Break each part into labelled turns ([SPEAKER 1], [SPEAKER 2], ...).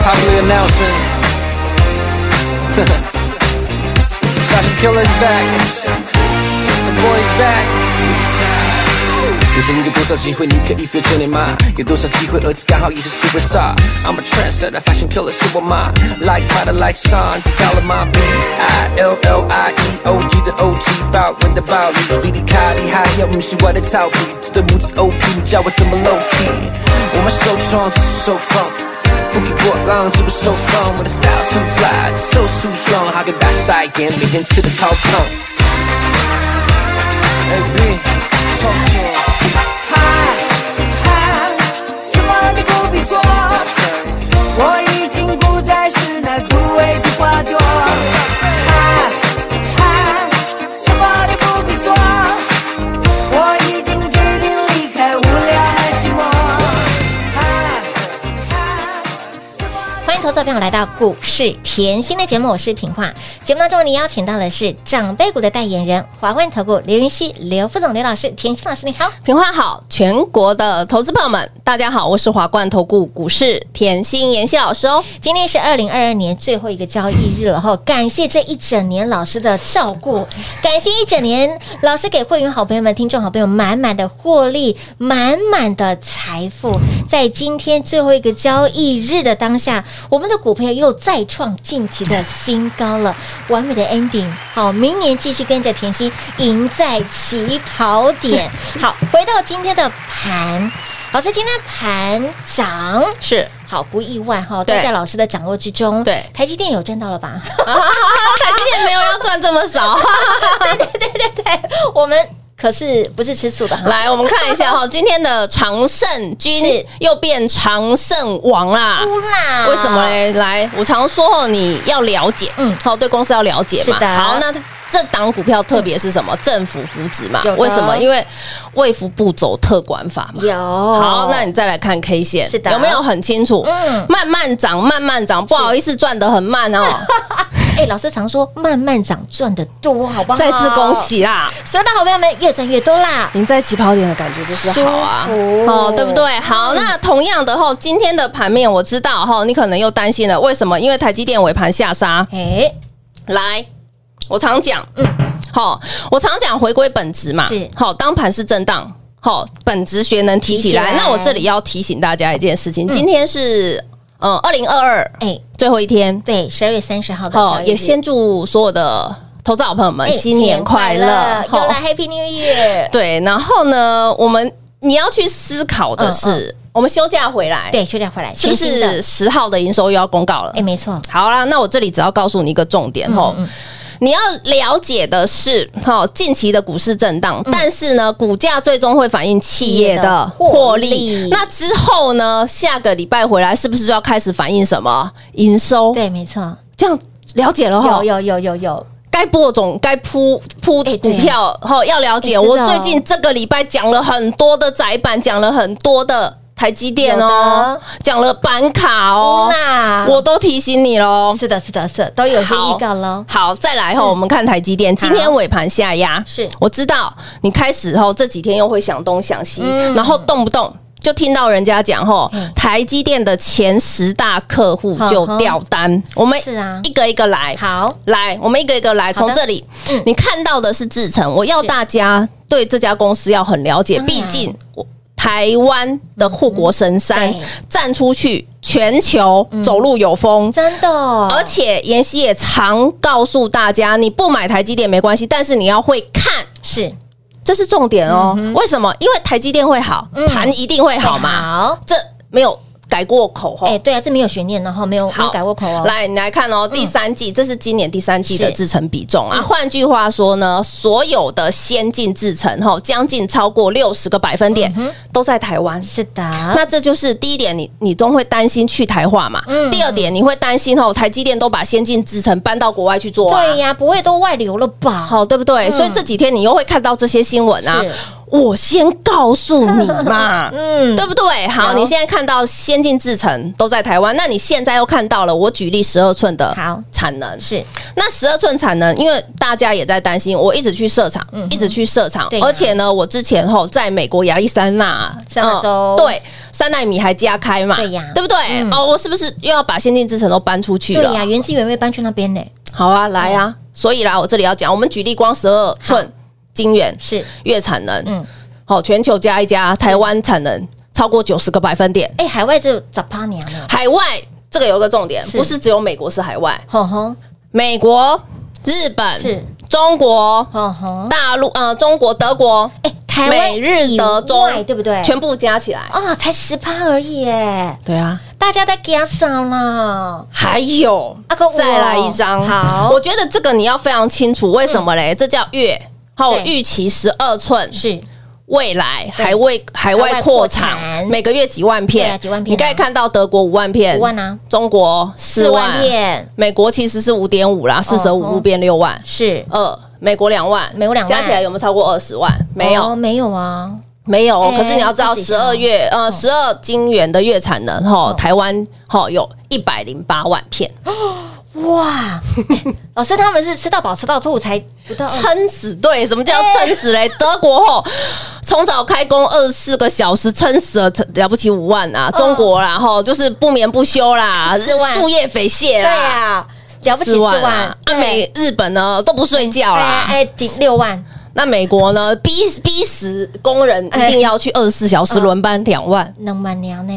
[SPEAKER 1] Popular announcement Fashion Killer's back The boy's back 有着你的多少机会，你可以 feel 着你吗？有多少机会，儿子刚好也是 superstar。I'm a trendsetter, fashion killer 是我妈。Like Prada, like Sean，知道了吗？B I L L I E O G 的 O G，豹纹的暴力，比你卡厉害，要不是我的套皮，这对母子 O P，你叫我怎么 low key？我们手创，只是手放。不给波浪，这不受放。我的 style too fly，so too strong，好给大家代言，每天吃的超胖。哎 B，臭臭，
[SPEAKER 2] 嗨嗨，什么都不必说，我已经不再是那枯萎的花朵。嗨嗨，什么都不必说，我已经决定离开无聊和寂寞。嗨嗨，什么都
[SPEAKER 3] 欢迎投资者朋友来到股市甜心的节目，我是平化。节目当中，你邀请到的是长辈股的代言人华冠投顾刘云熙、刘副总、刘老师、甜心老师，你好。
[SPEAKER 4] 平花好，全国的投资朋友们，大家好，我是华冠投顾股市甜心妍希老 师哦。
[SPEAKER 3] 今天是二零二二年最后一个交易日了哈，感谢这一整年老师的照顾，感谢一整年老师给会员好朋友们、听众好朋友满满的获利，满满的财富。在今天最后一个交易日的当下，我们的股票又再创近期的新高了，完美的 ending。好，明年继续跟着甜心赢在起跑点。好，回到今天的盘，老师今天盘涨。
[SPEAKER 4] 是，
[SPEAKER 3] 好不意外哈，都
[SPEAKER 4] 对
[SPEAKER 3] 在老师的掌握之中。
[SPEAKER 4] 对
[SPEAKER 3] 台积电有赚到了吧？
[SPEAKER 4] 台积电没有要赚这么少。
[SPEAKER 3] 我们可是不是吃素的哈。
[SPEAKER 4] 来，我们看一下哈，今天的常胜
[SPEAKER 3] 是嗯
[SPEAKER 4] 军又变常胜王啦。
[SPEAKER 3] 不啦，
[SPEAKER 4] 为什么？嘞？来，我常说哦，你要了解，
[SPEAKER 3] 嗯
[SPEAKER 4] 嗯，好，对公司要了解嘛。
[SPEAKER 3] 是的嗯
[SPEAKER 4] 好，那这档股票特别是什么？政府扶植嘛
[SPEAKER 3] 有的。
[SPEAKER 4] 为什么？因为卫福部走特管法嘛。
[SPEAKER 3] 有
[SPEAKER 4] 好，那你再来看 K 线，
[SPEAKER 3] 哦是的
[SPEAKER 4] 有没有很清楚？
[SPEAKER 3] 嗯
[SPEAKER 4] 慢慢涨，慢慢涨，不好意思，赚得很 慢哦。
[SPEAKER 3] 哎，老师常说慢慢涨赚的多，好不好？
[SPEAKER 4] 再次恭，喜啦！
[SPEAKER 3] 所有的好朋友们越赚越多啦。
[SPEAKER 4] 赢在起跑点的感觉就是好啊
[SPEAKER 3] 舒服，
[SPEAKER 4] 哦，对不对？好，那同样的哈，今天的盘面我知道哈，你可能又担心了，为什么？因为台积电尾盘下杀，
[SPEAKER 3] 哎，
[SPEAKER 4] 来，我常讲，嗯，好，我常讲回归本质嘛，
[SPEAKER 3] 是
[SPEAKER 4] 好，当盘是震荡，好，本质学能提起来。
[SPEAKER 3] 提起来嗯
[SPEAKER 4] 那我这里要提醒大家一件事情，今天是呃二零二二
[SPEAKER 3] 哎，
[SPEAKER 4] 最后一天，
[SPEAKER 3] 对，十二月三十号的
[SPEAKER 4] 好
[SPEAKER 3] 交，易日
[SPEAKER 4] 哦也先祝所有的投资好朋友们
[SPEAKER 3] 哎
[SPEAKER 4] 新年快乐，哦
[SPEAKER 3] 又
[SPEAKER 4] 齁
[SPEAKER 3] 来 Happy New Year。
[SPEAKER 4] 对，然后呢，我们你要去思考的是，我们休假回
[SPEAKER 3] 嗯
[SPEAKER 4] 来，，
[SPEAKER 3] 对，休假回来
[SPEAKER 4] 是不哦
[SPEAKER 3] 全新的
[SPEAKER 4] 是十号的营收又要公告了？
[SPEAKER 3] 哎，没嗯错，
[SPEAKER 4] 好啦，那我这里只要告诉你一个重点吼。你要了解的是，哈，近期的股市震荡，但是呢，股价最终会反映企
[SPEAKER 3] 嗯企
[SPEAKER 4] 业
[SPEAKER 3] 业的
[SPEAKER 4] 的
[SPEAKER 3] 获
[SPEAKER 4] 获
[SPEAKER 3] 利
[SPEAKER 4] 利。那之后呢，下个礼拜回来是不是就要开始反映什么营收？
[SPEAKER 3] 对，没错，
[SPEAKER 4] 这样了解了哈
[SPEAKER 3] 有。有有有有，
[SPEAKER 4] 该播种、该铺铺
[SPEAKER 3] 哎
[SPEAKER 4] 股票，哈、要了解。
[SPEAKER 3] 哎
[SPEAKER 4] 我
[SPEAKER 3] 真的哦
[SPEAKER 4] 最近这个礼拜讲了很多的窄板，讲了很多的台积电
[SPEAKER 3] 有
[SPEAKER 4] 哦
[SPEAKER 3] 的，
[SPEAKER 4] 讲了板卡哦，
[SPEAKER 3] 啦
[SPEAKER 4] 我都提醒你喽。
[SPEAKER 3] 是的，是的，是的，都有些
[SPEAKER 4] 好
[SPEAKER 3] 预告喽。
[SPEAKER 4] 好，再来后、我们看台积电，今天尾盘下压，
[SPEAKER 3] 是
[SPEAKER 4] 我知道你开始后这几天又会想东想西，
[SPEAKER 3] 嗯
[SPEAKER 4] 然后动不动。就听到人家讲吼，台积电的前十大客户就
[SPEAKER 3] 呵呵
[SPEAKER 4] 掉单，我们
[SPEAKER 3] 是啊
[SPEAKER 4] 一个一个来，
[SPEAKER 3] 好，
[SPEAKER 4] 来，我们一个一个来，
[SPEAKER 3] 好的
[SPEAKER 4] 从这里
[SPEAKER 3] 嗯，
[SPEAKER 4] 你看到的是制程，我要
[SPEAKER 3] 是
[SPEAKER 4] 大家对这家公司要很了解，
[SPEAKER 3] 当然
[SPEAKER 4] 毕竟我台湾的护国神山
[SPEAKER 3] 对
[SPEAKER 4] 站出去，全球走路有风。
[SPEAKER 3] 嗯真的，
[SPEAKER 4] 而且妍希也常告诉大家，你不买台积电没关系，但是你要会看，
[SPEAKER 3] 是
[SPEAKER 4] 这是
[SPEAKER 3] 嗯
[SPEAKER 4] 重点哦。为什么？因为台积电会好，盘一定会好嘛。
[SPEAKER 3] 好，
[SPEAKER 4] 这没有改过口吼。
[SPEAKER 3] 哎、对啊，这没有悬念，然后没有没有改过口哦。
[SPEAKER 4] 来，你来看哦，第三季，这是今年第三季的
[SPEAKER 3] 是嗯
[SPEAKER 4] 制成比重啊。换句话说呢，所有的先进制成吼，将近超过六十个百分点，
[SPEAKER 3] 嗯
[SPEAKER 4] 都在台湾。
[SPEAKER 3] 是的，
[SPEAKER 4] 那这就是第一点你，你总会担心去台化嘛。
[SPEAKER 3] 嗯
[SPEAKER 4] 第二点，你会担心吼，台积电都把先进制程搬到国外去做啊。
[SPEAKER 3] 对呀、不会都外流了吧？
[SPEAKER 4] 好，对不对？所以这几天你又会看到这些新闻啊
[SPEAKER 3] 是。
[SPEAKER 4] 我先告诉你嘛，
[SPEAKER 3] 嗯
[SPEAKER 4] 嗯，对不对？好，
[SPEAKER 3] 有
[SPEAKER 4] 你现在看到先进制程都在台湾，那你现在又看到了，我举例十二寸的
[SPEAKER 3] 好
[SPEAKER 4] 产能，
[SPEAKER 3] 是
[SPEAKER 4] 那十二寸产能，因为大家也在担心，我一直去设厂，一直去设厂
[SPEAKER 3] 嗯对，啊
[SPEAKER 4] 而且呢，我之前吼在美国亚利桑那哦
[SPEAKER 3] 桑那州
[SPEAKER 4] 对三纳米还加开嘛，
[SPEAKER 3] 对呀
[SPEAKER 4] 对不对
[SPEAKER 3] 嗯？
[SPEAKER 4] 哦，我是不是又要把先进制程都搬出去
[SPEAKER 3] 对
[SPEAKER 4] 了
[SPEAKER 3] 呀、？原汁原味搬去那边呢，
[SPEAKER 4] 好啊，来啊！所以啦，我这里要讲，我们举例光十二寸晶圆
[SPEAKER 3] 是
[SPEAKER 4] 月产能，
[SPEAKER 3] 嗯
[SPEAKER 4] 嗯，好，全球加一加，台湾产能超过九十个百分点，
[SPEAKER 3] 哎、海外只有早八年了，
[SPEAKER 4] 海外这个有一个重点，
[SPEAKER 3] 是
[SPEAKER 4] 不是只有美国是海外，
[SPEAKER 3] 吼吼
[SPEAKER 4] 美国、日本、
[SPEAKER 3] 是
[SPEAKER 4] 中国、
[SPEAKER 3] 吼吼，
[SPEAKER 4] 大陆，呃，中国、德国，
[SPEAKER 3] 哎、台湾
[SPEAKER 4] 美日德中
[SPEAKER 3] 以外对不对？
[SPEAKER 4] 全部加起来，
[SPEAKER 3] 啊、才十趴而已耶，
[SPEAKER 4] 对啊，
[SPEAKER 3] 大家在给他上了，
[SPEAKER 4] 还有
[SPEAKER 3] 啊可有哦
[SPEAKER 4] 再来一张，
[SPEAKER 3] 好
[SPEAKER 4] 我觉得这个你要非常清楚，为什么嘞？这叫月。好，
[SPEAKER 3] 嗯对
[SPEAKER 4] 预期十二寸
[SPEAKER 3] 是
[SPEAKER 4] 未来海外海外扩
[SPEAKER 3] 海
[SPEAKER 4] 厂
[SPEAKER 3] 外扩产，
[SPEAKER 4] 每个月几万
[SPEAKER 3] 对
[SPEAKER 4] 片，
[SPEAKER 3] 啊几万片啊
[SPEAKER 4] 你刚才看到德国五万片，
[SPEAKER 3] 五万啊，
[SPEAKER 4] 中国四
[SPEAKER 3] 四万
[SPEAKER 4] 万，
[SPEAKER 3] 片
[SPEAKER 4] 美国其实是五点五啦，四舍
[SPEAKER 3] 哦
[SPEAKER 4] 五入变六万，
[SPEAKER 3] 是
[SPEAKER 4] 二美国两万，
[SPEAKER 3] 美国两万
[SPEAKER 4] 加起来有没有超过二十万？没有，
[SPEAKER 3] 哦没有啊，
[SPEAKER 4] 没有哦。
[SPEAKER 3] 哎
[SPEAKER 4] 可是你要知道，
[SPEAKER 3] 不止
[SPEAKER 4] 十二月
[SPEAKER 3] 嗯
[SPEAKER 4] 呃十二晶圆的月产能哈，
[SPEAKER 3] 哦
[SPEAKER 4] 台湾哈有一百零八万片，
[SPEAKER 3] 嗯 哇，哎老师他们是吃到饱吃到吐才不到二
[SPEAKER 4] 撑死对，什么叫撑
[SPEAKER 3] 嗯
[SPEAKER 4] 死嘞？德国吼，从早开工二十四个小时，撑死了，了不起五万啊！中国啦吼，就是不眠不休啦，
[SPEAKER 3] 嗯四万
[SPEAKER 4] 树叶匪屑
[SPEAKER 3] 对
[SPEAKER 4] 啦，
[SPEAKER 3] 啊，了不起四
[SPEAKER 4] 啊
[SPEAKER 3] 万，
[SPEAKER 4] 啊美日本呢都不睡觉
[SPEAKER 3] 哎
[SPEAKER 4] 啦，
[SPEAKER 3] 哎顶六万，
[SPEAKER 4] 那美国呢逼逼死工人
[SPEAKER 3] 哎
[SPEAKER 4] 一定要去二十四小时轮班两万，
[SPEAKER 3] 能满娘呢？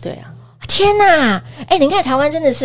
[SPEAKER 4] 对啊。
[SPEAKER 3] 天哪！哎，你看台湾真的是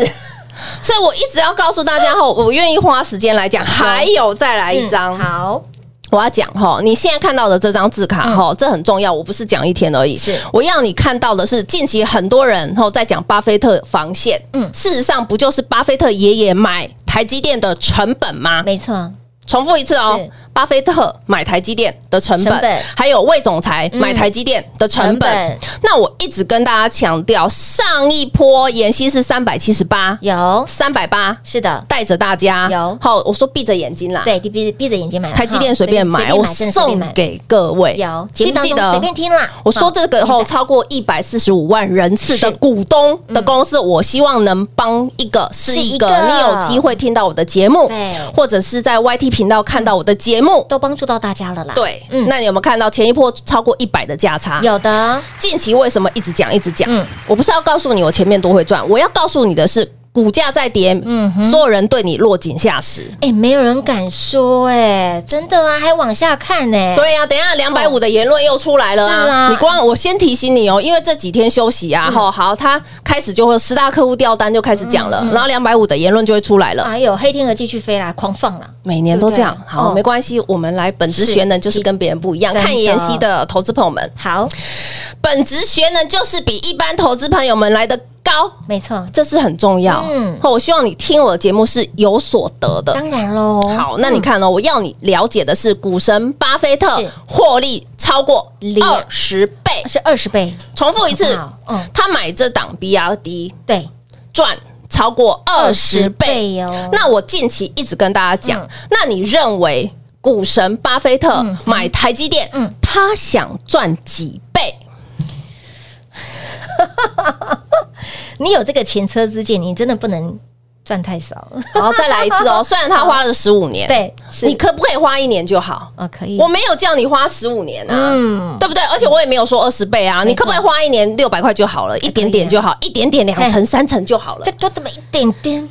[SPEAKER 4] 所以我一直要告诉大家吼，我愿意花时间来讲，还有再来一张，
[SPEAKER 3] 嗯好，
[SPEAKER 4] 我要讲哈，你现在看到的这张字卡哈，这很重要，我不是讲一天而已，
[SPEAKER 3] 嗯是
[SPEAKER 4] 我要你看到的是近期很多人吼在讲巴菲特防线，
[SPEAKER 3] 嗯
[SPEAKER 4] 嗯，事实上不就是巴菲特爷爷买台积电的成本吗？
[SPEAKER 3] 没错，
[SPEAKER 4] 重复一次哦
[SPEAKER 3] 是，
[SPEAKER 4] 巴菲特买台积电的成本，
[SPEAKER 3] 成本
[SPEAKER 4] 还有魏总裁
[SPEAKER 3] 嗯
[SPEAKER 4] 买台积电的成
[SPEAKER 3] 成
[SPEAKER 4] 本。
[SPEAKER 3] 本
[SPEAKER 4] 那我一直跟大家强调，上一波妍希是三百七十八，
[SPEAKER 3] 有
[SPEAKER 4] 三百八，
[SPEAKER 3] 是的，
[SPEAKER 4] 带着大家
[SPEAKER 3] 有
[SPEAKER 4] 好，我说闭着眼睛啦，
[SPEAKER 3] 对，闭闭着眼睛买，
[SPEAKER 4] 台积
[SPEAKER 3] 哈
[SPEAKER 4] 电随便买，我
[SPEAKER 3] 真的随便
[SPEAKER 4] 送
[SPEAKER 3] 买
[SPEAKER 4] 给各位。
[SPEAKER 3] 有，
[SPEAKER 4] 记
[SPEAKER 3] 节
[SPEAKER 4] 不
[SPEAKER 3] 目
[SPEAKER 4] 记
[SPEAKER 3] 当中随
[SPEAKER 4] 得？
[SPEAKER 3] 便听啦。
[SPEAKER 4] 我说这个
[SPEAKER 3] 哈
[SPEAKER 4] 后
[SPEAKER 3] 你讲
[SPEAKER 4] 超过一百四十五万人次的
[SPEAKER 3] 是
[SPEAKER 4] 股东的公司，我希望能帮一个是
[SPEAKER 3] 是一
[SPEAKER 4] 一个，
[SPEAKER 3] 个
[SPEAKER 4] 你有机会听到我的节目
[SPEAKER 3] 对，
[SPEAKER 4] 或者是在 YT 频道看到我的节目。
[SPEAKER 3] 都帮助到大家了啦。
[SPEAKER 4] 对，
[SPEAKER 3] 嗯，
[SPEAKER 4] 那你有没有看到前一波超过一百的价差？
[SPEAKER 3] 有的
[SPEAKER 4] 近期为什么一直讲一直讲？
[SPEAKER 3] 嗯
[SPEAKER 4] 我不是要告诉你我前面多会赚，我要告诉你的是股价在跌，
[SPEAKER 3] 嗯哼
[SPEAKER 4] 所有人对你落井下石。
[SPEAKER 3] 哎，没有人敢说哎，真的啊，还往下看呢。
[SPEAKER 4] 对呀、等一下两百五的言论又出来了啊！
[SPEAKER 3] 哎哦是啊嗯
[SPEAKER 4] 你光我先提醒你哦，因为这几天休息啊，吼、好，他开始就会十大客户掉单就开始讲
[SPEAKER 3] 嗯
[SPEAKER 4] 了，然后两百五的言论就会出来了。
[SPEAKER 3] 哎呦，黑天鹅继续飞啦，狂放啦。
[SPEAKER 4] 每年都这样
[SPEAKER 3] 对，不对
[SPEAKER 4] 好，
[SPEAKER 3] 哦
[SPEAKER 4] 没关系，我们来本职学能就是跟别人不一样。
[SPEAKER 3] 真的
[SPEAKER 4] 看妍希的投资朋友们，
[SPEAKER 3] 好，
[SPEAKER 4] 本职学能就是比一般投资朋友们来的高，
[SPEAKER 3] 没错，
[SPEAKER 4] 这是很重要。
[SPEAKER 3] 嗯
[SPEAKER 4] 嗯，我希望你听我的节目是有所得的。
[SPEAKER 3] 当然喽。
[SPEAKER 4] 好，那你看哦，我要你了解的是股神巴菲特
[SPEAKER 3] 是看
[SPEAKER 4] 获利超过
[SPEAKER 3] 两
[SPEAKER 4] 二十倍，
[SPEAKER 3] 是二十倍，
[SPEAKER 4] 重复一次
[SPEAKER 3] 好不好嗯，
[SPEAKER 4] 他买这档 BRD
[SPEAKER 3] 对，
[SPEAKER 4] 赚超过二十倍
[SPEAKER 3] 20倍哦嗯
[SPEAKER 4] 那我近期一直跟大家讲，那你认为股神巴菲特买台积电，
[SPEAKER 3] 嗯
[SPEAKER 4] 他想赚几 倍？
[SPEAKER 3] 你有这个前车之鉴，你真的不能赚太少。
[SPEAKER 4] 然后再来一次 哦，虽然他花了十五年，，
[SPEAKER 3] 对，
[SPEAKER 4] 你可不可以花一年就好？
[SPEAKER 3] 哦，可以，
[SPEAKER 4] 我没有叫你花十五年啊，
[SPEAKER 3] 嗯
[SPEAKER 4] 对不对？而且我也没有说二十倍啊，
[SPEAKER 3] 错
[SPEAKER 4] 你可不可以花一年六百块就好了，一点点就好，一点点两
[SPEAKER 3] 嘿
[SPEAKER 4] 层三层就好了
[SPEAKER 3] 再。多这么一点点，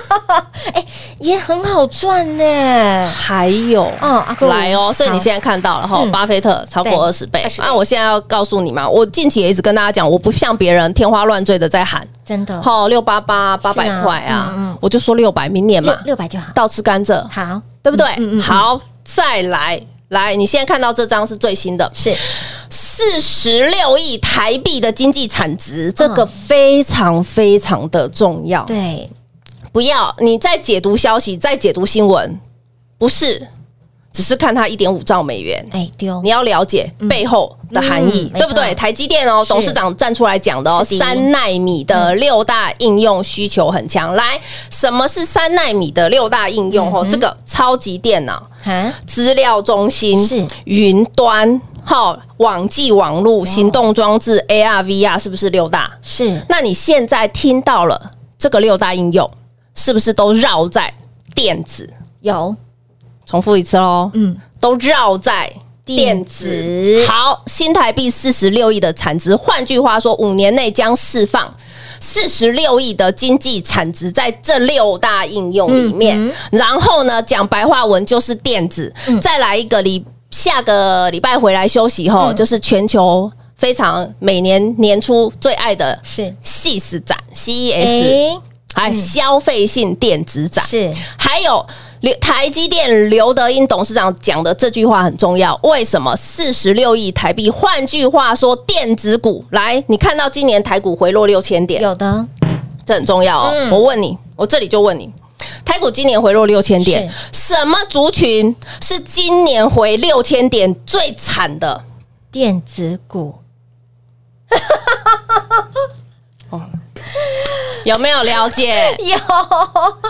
[SPEAKER 3] 哎，也很好赚呢。
[SPEAKER 4] 还有，
[SPEAKER 3] 嗯阿哥
[SPEAKER 4] 来哦，所以你
[SPEAKER 3] 好
[SPEAKER 4] 现在看到了哈
[SPEAKER 3] 嗯，
[SPEAKER 4] 巴菲特超
[SPEAKER 3] 对
[SPEAKER 4] 过二十倍
[SPEAKER 3] 20。倍
[SPEAKER 4] 那我现在要告诉你嘛，我近期也一直跟大家讲，我不像别人天花乱坠的在喊，
[SPEAKER 3] 真的，
[SPEAKER 4] 好六八八八
[SPEAKER 3] 嗯
[SPEAKER 4] 百
[SPEAKER 3] 是啊
[SPEAKER 4] 块
[SPEAKER 3] 嗯嗯
[SPEAKER 4] 啊，我就说六百，明年
[SPEAKER 3] 六
[SPEAKER 4] 嘛，
[SPEAKER 3] 六百就好。
[SPEAKER 4] 倒吃甘蔗，
[SPEAKER 3] 好，
[SPEAKER 4] 对不
[SPEAKER 3] 嗯嗯嗯
[SPEAKER 4] 对？好，再来。来，你现在看到这张是最新的，
[SPEAKER 3] 是
[SPEAKER 4] 四十六亿台币的经济产值，这
[SPEAKER 3] 嗯
[SPEAKER 4] 个非常非常的重要。
[SPEAKER 3] 对，
[SPEAKER 4] 不要你在解读消息，在解读新闻，不是只是看它一点五兆美元。
[SPEAKER 3] 哎丢
[SPEAKER 4] 你，要了解背后的含义，
[SPEAKER 3] 嗯
[SPEAKER 4] 对不
[SPEAKER 3] 没
[SPEAKER 4] 对？
[SPEAKER 3] 错
[SPEAKER 4] 台积电哦，
[SPEAKER 3] 是
[SPEAKER 4] 董事长站出来讲的哦，
[SPEAKER 3] 是的
[SPEAKER 4] 三纳米的六大应用需求很强。来，什么是三纳米的六大应用？
[SPEAKER 3] 嗯
[SPEAKER 4] 哦，这个超级电脑、
[SPEAKER 3] 啊，
[SPEAKER 4] 资料中心、
[SPEAKER 3] 是
[SPEAKER 4] 云端、哈网际网络、行动装置、AR、VR，是不是六大？
[SPEAKER 3] 是
[SPEAKER 4] 那你现在听到了这个六大应用，是不是都绕在电子？
[SPEAKER 3] 有，
[SPEAKER 4] 重复一次喽，
[SPEAKER 3] 嗯，
[SPEAKER 4] 都绕在电子。
[SPEAKER 3] 电子
[SPEAKER 4] 好，新台币四十六亿的产值，换句话说，五年内将释放。四十六亿的经济产值在这六大应用里面，
[SPEAKER 3] 嗯
[SPEAKER 4] 然后呢，讲白话文就是电子，再来一个礼下个礼拜回来休息后，
[SPEAKER 3] 嗯
[SPEAKER 4] 就是全球非常每年年初最爱的
[SPEAKER 3] 是哎
[SPEAKER 4] CES 展 CES，、还有消费性电子展，
[SPEAKER 3] 是
[SPEAKER 4] 还有刘台积电刘德英董事长讲的这句话很重要，为什么四十六亿台币？换句话说，电子股来，你看到今年台股回落六千点，
[SPEAKER 3] 有的，
[SPEAKER 4] 这很重要哦。
[SPEAKER 3] 嗯
[SPEAKER 4] 我问你，我这里就问你。台股今年回落六千点，什么族群是今年回六千点最惨的？
[SPEAKER 3] 电子股？
[SPEAKER 4] 有没有了解
[SPEAKER 3] 有，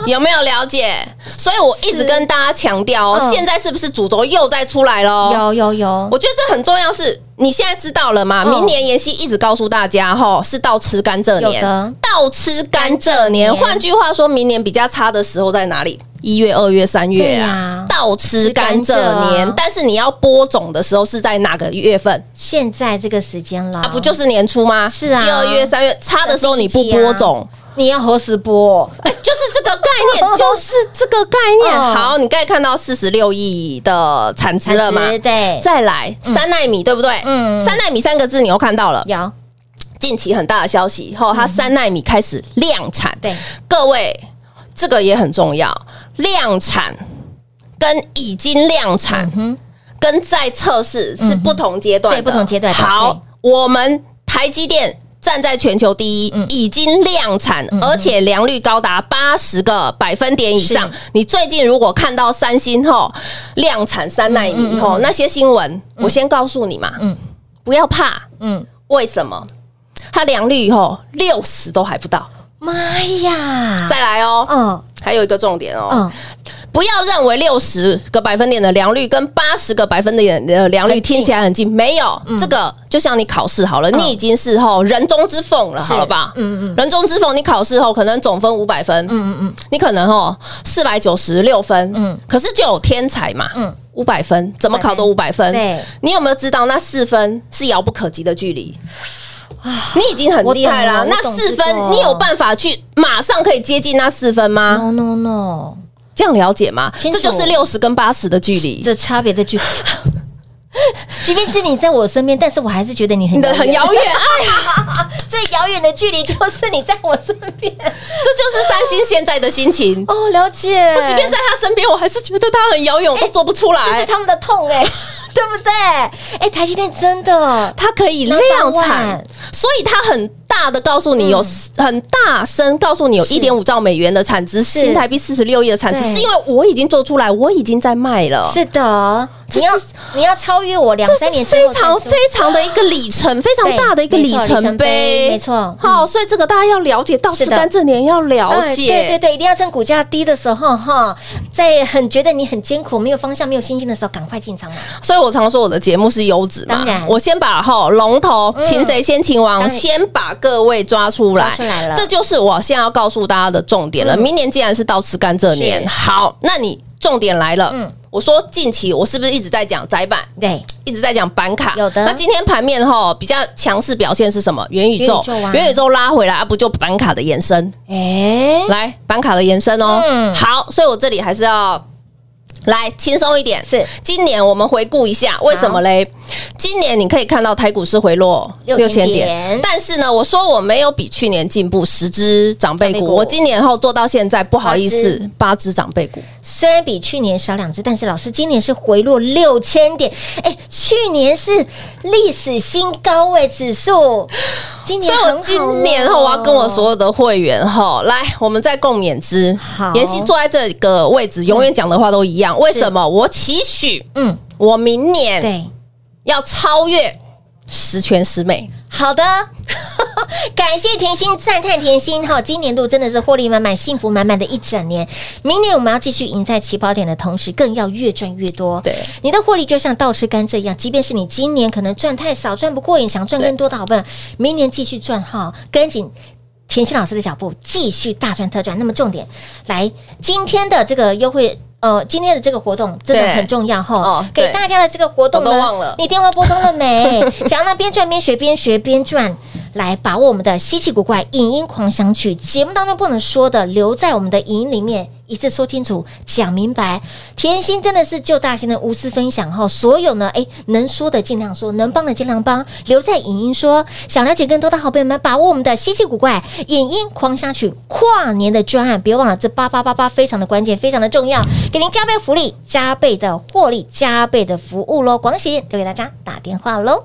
[SPEAKER 4] 有没有了解？所以我一直跟大家强调哦，
[SPEAKER 3] 嗯
[SPEAKER 4] 现在是不是主轴又再出来了哦？
[SPEAKER 3] 有有有，
[SPEAKER 4] 我觉得这很重要是，你现在知道了嘛？
[SPEAKER 3] 嗯
[SPEAKER 4] 明年妍希一直告诉大家，哈，是倒吃甘蔗
[SPEAKER 3] 有
[SPEAKER 4] 年
[SPEAKER 3] 的，
[SPEAKER 4] 倒吃甘蔗年。
[SPEAKER 3] 甘蔗年
[SPEAKER 4] 换句话说，明年比较差的时候在哪里？一月、二月、三月
[SPEAKER 3] 对
[SPEAKER 4] 啊
[SPEAKER 3] 呀，
[SPEAKER 4] 倒吃甘蔗
[SPEAKER 3] 吃甘蔗
[SPEAKER 4] 年
[SPEAKER 3] 啊。
[SPEAKER 4] 但是你要播种的时候是在哪个月份
[SPEAKER 3] 现在这个时间了
[SPEAKER 4] 啊？不就是年初吗？
[SPEAKER 3] 是啊
[SPEAKER 4] 一二月、三月差的时候你不
[SPEAKER 3] 第一季啊
[SPEAKER 4] 播种，
[SPEAKER 3] 你要何时播？
[SPEAKER 4] 哎，就是这个概 念，就是这个概念。
[SPEAKER 3] 哦
[SPEAKER 4] 好，你刚才看到四十六亿的产值了吗？
[SPEAKER 3] 产值对
[SPEAKER 4] 再来三纳米，对不对？嗯，
[SPEAKER 3] 嗯
[SPEAKER 4] 三纳米三个字你又看到了，
[SPEAKER 3] 有
[SPEAKER 4] 近期很大的消息，后它三纳米开始量产。
[SPEAKER 3] 嗯对，
[SPEAKER 4] 各位，这个也很重要，量产跟已经量产
[SPEAKER 3] 嗯哼，嗯
[SPEAKER 4] 跟在测试是不同阶段的，
[SPEAKER 3] 对不同阶段的
[SPEAKER 4] 好，我们台积电。站在全球第一，
[SPEAKER 3] 嗯
[SPEAKER 4] 已经量产，而且良率高达八十个百分点以上
[SPEAKER 3] 是。
[SPEAKER 4] 你最近如果看到三星吼量产三纳米吼那些新闻，我先告诉你嘛，
[SPEAKER 3] 嗯
[SPEAKER 4] 不要怕，
[SPEAKER 3] 嗯，
[SPEAKER 4] 为什么？它良率吼六十都还不到。
[SPEAKER 3] 妈呀，
[SPEAKER 4] 再来哦，
[SPEAKER 3] 嗯
[SPEAKER 4] 还有一个重点哦，
[SPEAKER 3] 嗯，
[SPEAKER 4] 不要认为六十个百分点的良率跟八十个百分点的良率
[SPEAKER 3] 很近嗯
[SPEAKER 4] 听起来很近，没有、这个就像你考试好了，你已经是吼人中之凤了，
[SPEAKER 3] 是
[SPEAKER 4] 好了吧？
[SPEAKER 3] 嗯嗯
[SPEAKER 4] 人中之凤，你考试后可能总分五百分，
[SPEAKER 3] 嗯嗯
[SPEAKER 4] 你可能哦四百九十六分，
[SPEAKER 3] 嗯
[SPEAKER 4] 可是就有天才嘛，
[SPEAKER 3] 嗯
[SPEAKER 4] 五百分怎么考都五百分，
[SPEAKER 3] 对
[SPEAKER 4] 你有没有知道那四分是遥不可及的距离？你已经很厉害啦
[SPEAKER 3] 啊我懂了，
[SPEAKER 4] 那
[SPEAKER 3] 我懂
[SPEAKER 4] 四
[SPEAKER 3] 这个
[SPEAKER 4] 分你有办法去马上可以接近那四分吗？
[SPEAKER 3] ，no no no，
[SPEAKER 4] 这样了解吗？
[SPEAKER 3] 清楚
[SPEAKER 4] 这就是六十跟八十的距离，
[SPEAKER 3] 这差别的距离。 即便是你在我身边，但是我还是觉得你很
[SPEAKER 4] 你的很 遥远。哎呀，
[SPEAKER 3] 最遥远的距离就是你在我身 边。
[SPEAKER 4] 这就是三星现在的心情。
[SPEAKER 3] 哦，了解。
[SPEAKER 4] 我即便在他身边，我还是觉得他很遥远，我都做不出
[SPEAKER 3] 这哎是
[SPEAKER 4] 来。
[SPEAKER 3] 他们的痛 哎、对不对？哎，台积电真的
[SPEAKER 4] 它可以
[SPEAKER 3] 那
[SPEAKER 4] 量
[SPEAKER 3] 当
[SPEAKER 4] 产
[SPEAKER 3] 然，
[SPEAKER 4] 所以它很大的告诉你有
[SPEAKER 3] 嗯
[SPEAKER 4] 很大声告诉你有一点五兆美元的产值，新台币四十六亿的产值，
[SPEAKER 3] 对
[SPEAKER 4] 是因为我已经做出来，我已经在卖了。
[SPEAKER 3] 是的，
[SPEAKER 4] 这
[SPEAKER 3] 你要
[SPEAKER 4] 是
[SPEAKER 3] 你要超越我两
[SPEAKER 4] 这
[SPEAKER 3] 三年
[SPEAKER 4] 是
[SPEAKER 3] 之
[SPEAKER 4] 非
[SPEAKER 3] 后才
[SPEAKER 4] 常
[SPEAKER 3] 说
[SPEAKER 4] 非常的一个里程，非常
[SPEAKER 3] 对
[SPEAKER 4] 大的一个
[SPEAKER 3] 没
[SPEAKER 4] 里
[SPEAKER 3] 错里
[SPEAKER 4] 程碑，
[SPEAKER 3] 程碑没错嗯
[SPEAKER 4] 好、所以这个大家要了解，到
[SPEAKER 3] 是
[SPEAKER 4] 吃
[SPEAKER 3] 的
[SPEAKER 4] 甘蔗年要了
[SPEAKER 3] 哎
[SPEAKER 4] 解，
[SPEAKER 3] 对对对，一定要趁股价低的时候哈，在很觉得你很艰苦、没有方向、没有信心的时候，赶快进场买。
[SPEAKER 4] 所以我常说我的节目是优质嘛，
[SPEAKER 3] 当然
[SPEAKER 4] 我先把哈龙头、擒贼先擒
[SPEAKER 3] 当
[SPEAKER 4] 王，
[SPEAKER 3] 然
[SPEAKER 4] 先把各位抓出来，
[SPEAKER 3] 抓出来了嗯
[SPEAKER 4] 这就是我现在要告诉大家的重点了。明年既然是倒吃甘蔗年，
[SPEAKER 3] 是
[SPEAKER 4] 好，那你重点来了，
[SPEAKER 3] 嗯
[SPEAKER 4] 我说近期我是不是一直在讲窄板？
[SPEAKER 3] 对，
[SPEAKER 4] 一直在讲板卡，
[SPEAKER 3] 有的
[SPEAKER 4] 那今天盘面哈比较强势表现是什么？元宇宙，
[SPEAKER 3] 元宇宙啊
[SPEAKER 4] 元宇宙拉回来啊，不就板卡的延伸？
[SPEAKER 3] 哎，
[SPEAKER 4] 来板卡的延伸哦。
[SPEAKER 3] 嗯
[SPEAKER 4] 好，所以我这里还是要来轻松一点，
[SPEAKER 3] 是
[SPEAKER 4] 今年我们回顾一下，为什么嘞？今年你可以看到台股市回落
[SPEAKER 3] 6000点
[SPEAKER 4] 但是呢，我说我没有比去年进步十只长辈
[SPEAKER 3] 长
[SPEAKER 4] 股，
[SPEAKER 3] 辈股
[SPEAKER 4] 我今年后做到现在，不好意
[SPEAKER 3] 八
[SPEAKER 4] 思，八只长辈股，
[SPEAKER 3] 虽然比去年少两只，但是老师今年是回落六千点，哎，去年是历史新高位指数，今年
[SPEAKER 4] 所以
[SPEAKER 3] 很好
[SPEAKER 4] 我
[SPEAKER 3] 哦
[SPEAKER 4] 今年后我要跟我所有的会员哈，来，我们再共勉之。
[SPEAKER 3] 好
[SPEAKER 4] 妍希坐在这个位置，永远讲的话都一样，为什么？我期许
[SPEAKER 3] 嗯，
[SPEAKER 4] 我明年
[SPEAKER 3] 对，
[SPEAKER 4] 要超越十全十美。
[SPEAKER 3] 好的， 感谢甜心，赞叹甜心哈！今年度真的是获利满满、幸福满满的一整年。明年我们要继续赢在起跑点的同时，更要越赚越多。
[SPEAKER 4] 对
[SPEAKER 3] 你的获利就像倒吃甘蔗一样，即便是你今年可能赚太少、赚不过瘾，想赚更多的好朋友，明年继续赚哈，跟紧。甜心老师的脚步，继续大赚特赚。那么重点来，今天的这个优惠，呃，今天的这个活动真的
[SPEAKER 4] 对
[SPEAKER 3] 很重要哈、
[SPEAKER 4] 哦
[SPEAKER 3] 给
[SPEAKER 4] 对
[SPEAKER 3] 大家的这个活动呢，
[SPEAKER 4] 我都忘了
[SPEAKER 3] 你电话拨通了 没？想要那边赚边学，边学边赚，来把握我们的稀奇古怪影音狂想曲节目当中不能说的，留在我们的影音里面。一次说清楚，讲明白。甜心真的是救大型的无私分享哈，所有呢，哎，能说的尽量说，能帮的尽量帮，留在影音说。想了解更多的好朋友们，把握我们的稀奇古怪影音狂想曲跨年的专案，别忘了这八八八八非常的关键，非常的重要，给您加倍福利、加倍的获利、加倍的服务喽！广喜留给大家打电话喽。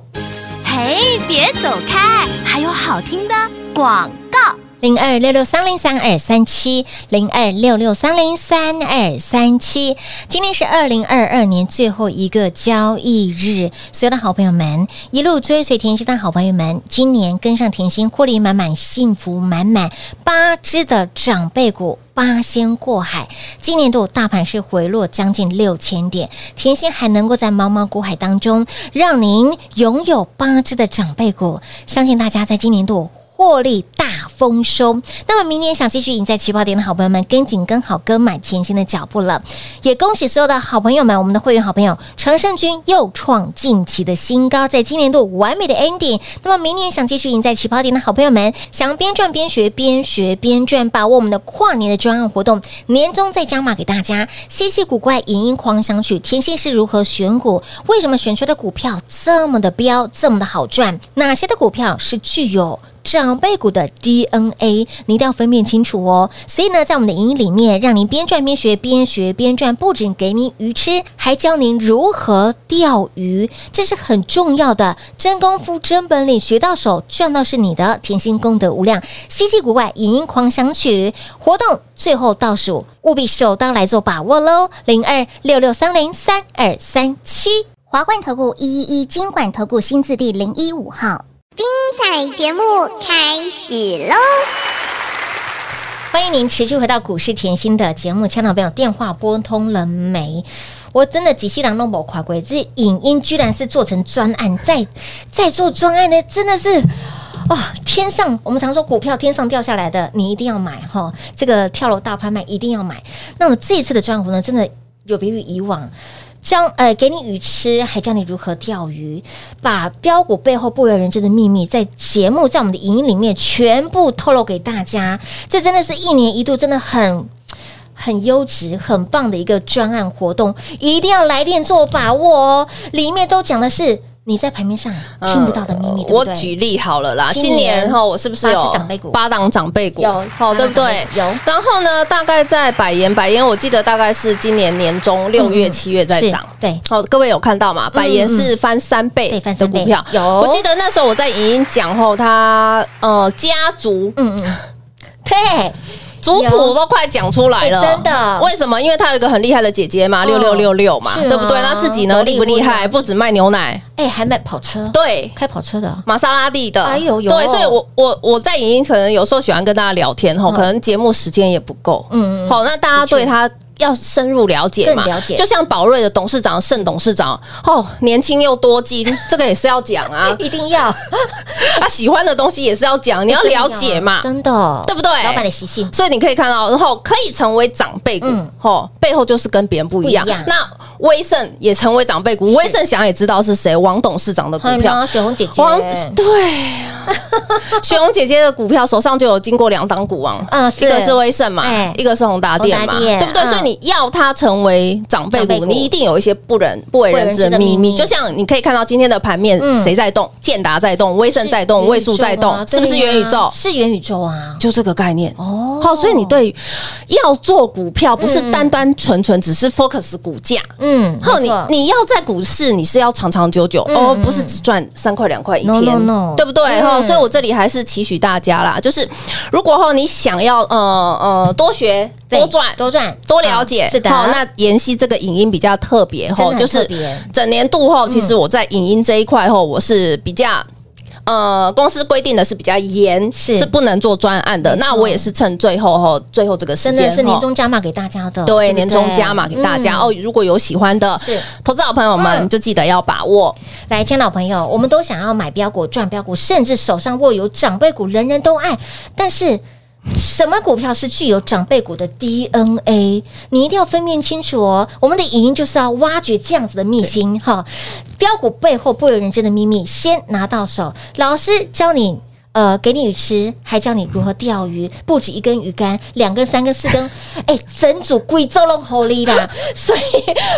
[SPEAKER 5] 嘿，别走开，还有好听的广告。
[SPEAKER 3] 零二六六三零三二三七，零二六六三零三二三七。今天是二零二二年最后一个交易日，所有的好朋友们，一路追随甜心的好朋友们，今年跟上甜心，获利满满，幸福满满，八只的长辈股。八仙过海，今年度大盘是回落将近六千点，甜心还能够在茫茫股海当中，让您拥有八只的长辈股，相信大家在今年度获利大丰收。那么明年想继续赢在起跑点的好朋友们，跟紧、跟好、跟满甜心的脚步了。也恭喜所有的好朋友们，我们的会员好朋友陈胜军又创近期的新高，在今年度完美的 ending。那么明年想继续赢在起跑点的好朋友们，想边赚边学，边学边赚，把握我们的跨年的专案活动，年终再加码给大家。稀奇古怪，影音狂想曲，甜心是如何选股？为什么选出的股票这么的彪，这么的好赚？哪些的股票是具有？长辈股的 DNA，你一定要分辨清楚哦。所以呢，在我们的影音里面，让您边赚边学，边学边赚，不仅给您鱼吃，还教您如何钓鱼，这是很重要的。真功夫、真本领，学到手，赚到是你的，甜心功德无量。稀奇古怪，影音狂想曲活动最后倒数，务必手刀来做把握喽！零二六六三零三二三七。
[SPEAKER 6] 华冠投顾一一一金管投顾新字第零一五号，精彩节目开始喽！
[SPEAKER 3] 欢迎您持续回到股市甜心的节目，亲爱的朋友，电话拨通了没？我真的几细郎弄某垮鬼，这影音居然是做成专案，在在做专案呢，真的是。哇、哦天上我们常说股票天上掉下来的，你一定要买哈、这个跳楼大拍卖一定要买。那么这一次的专案活动真的有别于以往，教呃给你鱼吃，还教你如何钓鱼，把标股背后不为人知的秘密，在节目在我们的影音里面全部透露给大家。这真的是一年一度，真的很。很优质、很棒的一个专案活动，一定要来电做把握哦！里面都讲的是你在盘面上听不到的秘密，对
[SPEAKER 4] 呃
[SPEAKER 3] 不
[SPEAKER 4] 我
[SPEAKER 3] 对？
[SPEAKER 4] 举例好了啦，
[SPEAKER 3] 今
[SPEAKER 4] 今
[SPEAKER 3] 年
[SPEAKER 4] 年哈，我是不是
[SPEAKER 3] 八
[SPEAKER 4] 有
[SPEAKER 3] 只长辈股
[SPEAKER 4] 八档长辈股？
[SPEAKER 3] 有
[SPEAKER 4] 好，
[SPEAKER 3] 八档
[SPEAKER 4] 对不对
[SPEAKER 3] 长辈？股有
[SPEAKER 4] 然后呢，大概在百元，百元我记得大概是今年年中六月、
[SPEAKER 3] 嗯
[SPEAKER 4] 七月在
[SPEAKER 3] 是
[SPEAKER 4] 涨。
[SPEAKER 3] 对，嗯
[SPEAKER 4] 好，各位有看到吗？百元是翻三倍
[SPEAKER 3] 对翻
[SPEAKER 4] 的
[SPEAKER 3] 三倍
[SPEAKER 4] 股票，
[SPEAKER 3] 有
[SPEAKER 4] 我记得那时候我在影音讲后，它呃家族
[SPEAKER 3] 嗯嗯，对，
[SPEAKER 4] 族谱都快讲出来了，
[SPEAKER 3] 哎真的嗯
[SPEAKER 4] 为什么？因为她有一个很厉害的姐姐嘛，六六六六嘛，
[SPEAKER 3] 是啊
[SPEAKER 4] 对不对？那自己呢
[SPEAKER 3] 好
[SPEAKER 4] 厉不厉
[SPEAKER 3] 厉
[SPEAKER 4] 害？
[SPEAKER 3] 害
[SPEAKER 4] 不止卖牛奶，
[SPEAKER 3] 哎，还卖跑车，
[SPEAKER 4] 对，
[SPEAKER 3] 开跑车的，
[SPEAKER 4] 玛莎拉蒂的，
[SPEAKER 3] 哎呦呦
[SPEAKER 4] 对，所以我我我在影音可能有时候喜欢跟大家聊天吼，
[SPEAKER 3] 嗯
[SPEAKER 4] 可能节目时间也不够，
[SPEAKER 3] 嗯嗯
[SPEAKER 4] 嗯，
[SPEAKER 3] 嗯
[SPEAKER 4] 好，那大家对他要深入了解嘛，
[SPEAKER 3] 更了解
[SPEAKER 4] 就像宝瑞的董事长盛董事长，哦，年轻又多金， 这个也是要讲 啊
[SPEAKER 3] 哎，一定要
[SPEAKER 4] 他喜欢的东西也是要
[SPEAKER 3] 哎
[SPEAKER 4] 讲，你要 了解嘛，
[SPEAKER 3] 哦真的，
[SPEAKER 4] 对不对
[SPEAKER 3] 老板的习性，
[SPEAKER 4] 所以你可以看到，然后可以成为长辈股
[SPEAKER 3] 嗯，
[SPEAKER 4] 吼、背后就是跟别人不一样。
[SPEAKER 3] 不一样
[SPEAKER 4] 那威盛也成为长辈股，威盛想也知道是谁，王董事长的股
[SPEAKER 3] 欢迎
[SPEAKER 4] 票，
[SPEAKER 3] 雪红姐姐，
[SPEAKER 4] 王对 啊，雪红姐姐的股票手上就有经过两档股王，
[SPEAKER 3] 嗯
[SPEAKER 4] 一个
[SPEAKER 3] 是
[SPEAKER 4] 是威盛嘛
[SPEAKER 3] 哎，
[SPEAKER 4] 一个是宏达电嘛，
[SPEAKER 3] 宏达电
[SPEAKER 4] 对不对？
[SPEAKER 3] 嗯
[SPEAKER 4] 所以你要它成为长辈
[SPEAKER 3] 长辈
[SPEAKER 4] 股，
[SPEAKER 3] 股
[SPEAKER 4] 你一定有一些不忍不为人知
[SPEAKER 3] 不为人知的
[SPEAKER 4] 的秘
[SPEAKER 3] 秘密
[SPEAKER 4] 密。就像你可以看到今天的盘面
[SPEAKER 3] 嗯，
[SPEAKER 4] 谁在动？建达在动，威盛在动，位数在动，是不是元宇
[SPEAKER 3] 啊对啊
[SPEAKER 4] 宙？
[SPEAKER 3] 是元宇宙啊！
[SPEAKER 4] 就这个概念。
[SPEAKER 3] 哦
[SPEAKER 4] 好，所以你对要做股票，不是
[SPEAKER 3] 嗯
[SPEAKER 4] 单单纯纯只是 focus 股价。
[SPEAKER 3] 嗯，
[SPEAKER 4] 后
[SPEAKER 3] 没
[SPEAKER 4] 你
[SPEAKER 3] 错
[SPEAKER 4] 你要在股市，你是要长长久久
[SPEAKER 3] 嗯
[SPEAKER 4] 哦
[SPEAKER 3] 嗯，
[SPEAKER 4] 不是只赚三块两块一
[SPEAKER 3] No,
[SPEAKER 4] 天
[SPEAKER 3] no, no
[SPEAKER 4] 对不对？哈，
[SPEAKER 3] 嗯
[SPEAKER 4] 所以我这里还是期许大家啦，就是如果哈你想要呃呃多学
[SPEAKER 3] 对
[SPEAKER 4] 多赚。
[SPEAKER 3] 多赚
[SPEAKER 4] 多了解、
[SPEAKER 3] 嗯是的，
[SPEAKER 4] 好，那妍希这个影音比较特别
[SPEAKER 3] 真
[SPEAKER 4] 哈，
[SPEAKER 3] 的很
[SPEAKER 4] 就
[SPEAKER 3] 特
[SPEAKER 4] 是
[SPEAKER 3] 别嗯
[SPEAKER 4] 整年度后，其实我在影音这一块后，我是比较。呃，公司规定的是比较严，
[SPEAKER 3] 是
[SPEAKER 4] 不能做专案的。
[SPEAKER 3] 没错
[SPEAKER 4] 那我也是趁最后吼，最后这个时
[SPEAKER 3] 真
[SPEAKER 4] 间
[SPEAKER 3] 的是
[SPEAKER 4] 吼
[SPEAKER 3] 年终加码给大家的，
[SPEAKER 4] 对
[SPEAKER 3] 不
[SPEAKER 4] 年终加码给大家、
[SPEAKER 3] 嗯
[SPEAKER 4] 哦。如果有喜欢的
[SPEAKER 3] 是
[SPEAKER 4] 投资好朋友们，
[SPEAKER 3] 嗯
[SPEAKER 4] 就记得要把握。
[SPEAKER 3] 来，亲爱的老朋友，我们都想要买标股、赚标股，甚至手上握有长辈股，人人都爱。但是，什么股票是具有长辈股的 DNA？你一定要分辨清楚哦。我们的影音就是要挖掘这样子的秘辛哈，标股背后不为人知的秘密，先拿到手。老师教你。呃，给你鱼吃，还教你如何钓鱼，不止一根鱼竿，两根、三根、四根， 哎、整组贵州弄好利啦！所以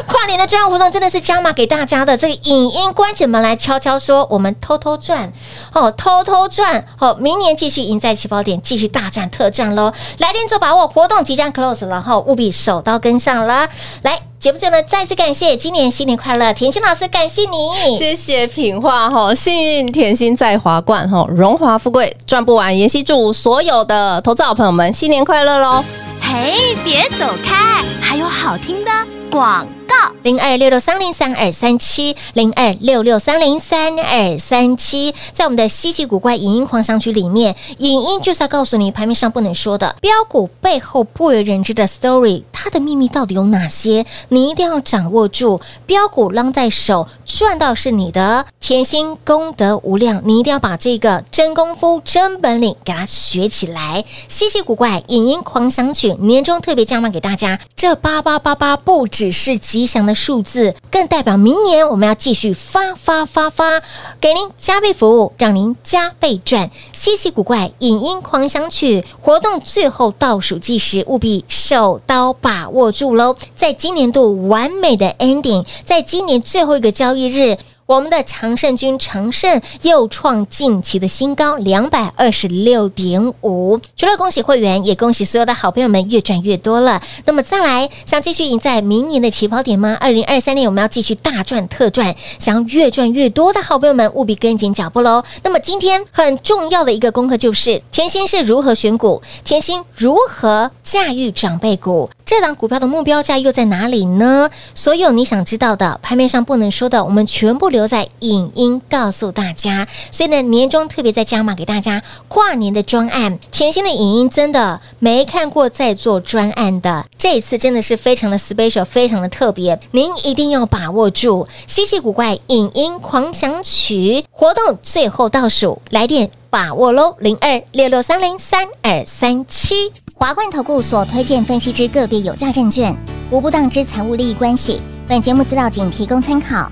[SPEAKER 3] 跨年的专案活动真的是加码给大家的，这个影音关起门来悄悄说，我们偷偷赚哦，偷偷赚哦，明年继续赢在起跑点，继续大赚特赚喽！来电做把握，活动即将 close 了哈，务必手刀跟上了。来，节目最后呢，再次感谢今年新年快乐，甜心老师，感谢你，
[SPEAKER 4] 谢谢品画哈，幸运甜心在华冠哈，荣华富贵赚不完。妍希祝所有的投资好朋友们新年快乐喽！
[SPEAKER 5] 嘿，别走开，还有好听的广告。
[SPEAKER 3] 零二六六三零三二三七，零二六六三零三二三七，在我们的稀奇古怪影音狂想曲里面，影音就是要告诉你排名上不能说的标股背后不为人知的 story，它的秘密到底有哪些？你一定要掌握住，标股浪在手，赚到是你的，甜心功德无量，你一定要把这个真功夫、真本领给它学起来。稀奇古怪影音狂想曲年终特别加码给大家，这八八八八不只是吉祥的数字，更代表明年我们要继续发发发发，给您加倍服务，让您加倍赚。稀奇古怪影音狂想曲活动最后倒数计时，务必手刀把握住喽！在今年度完美的 ending，在今年最后一个交易日。我们的常胜军常胜又创近期的新高，两百二十六点五。除了恭喜会员，也恭喜所有的好朋友们越赚越多了。那么再来，想继续赢在明年的起跑点吗？二零二三年我们要继续大赚特赚，想要越赚越多的好朋友们，务必跟紧脚步喽。那么今天很重要的一个功课就是，甜心是如何选股，甜心如何驾驭长辈股，这档股票的目标价又在哪里呢？所有你想知道的，盘面上不能说的，我们全部留在影音告诉大家。所以呢，年终特别再加码给大家跨年的专案，甜心的影音真的没看过在做专案的，这一次真的是非常的 special，非常的特别，您一定要把握住。稀奇古怪影音狂想曲活动最后倒数，来电把握喽，零二六六三零三二三七。
[SPEAKER 6] 华冠投顾所推荐分析之个别有价证券，无不当之财务利益关系。本节目资料仅提供参考，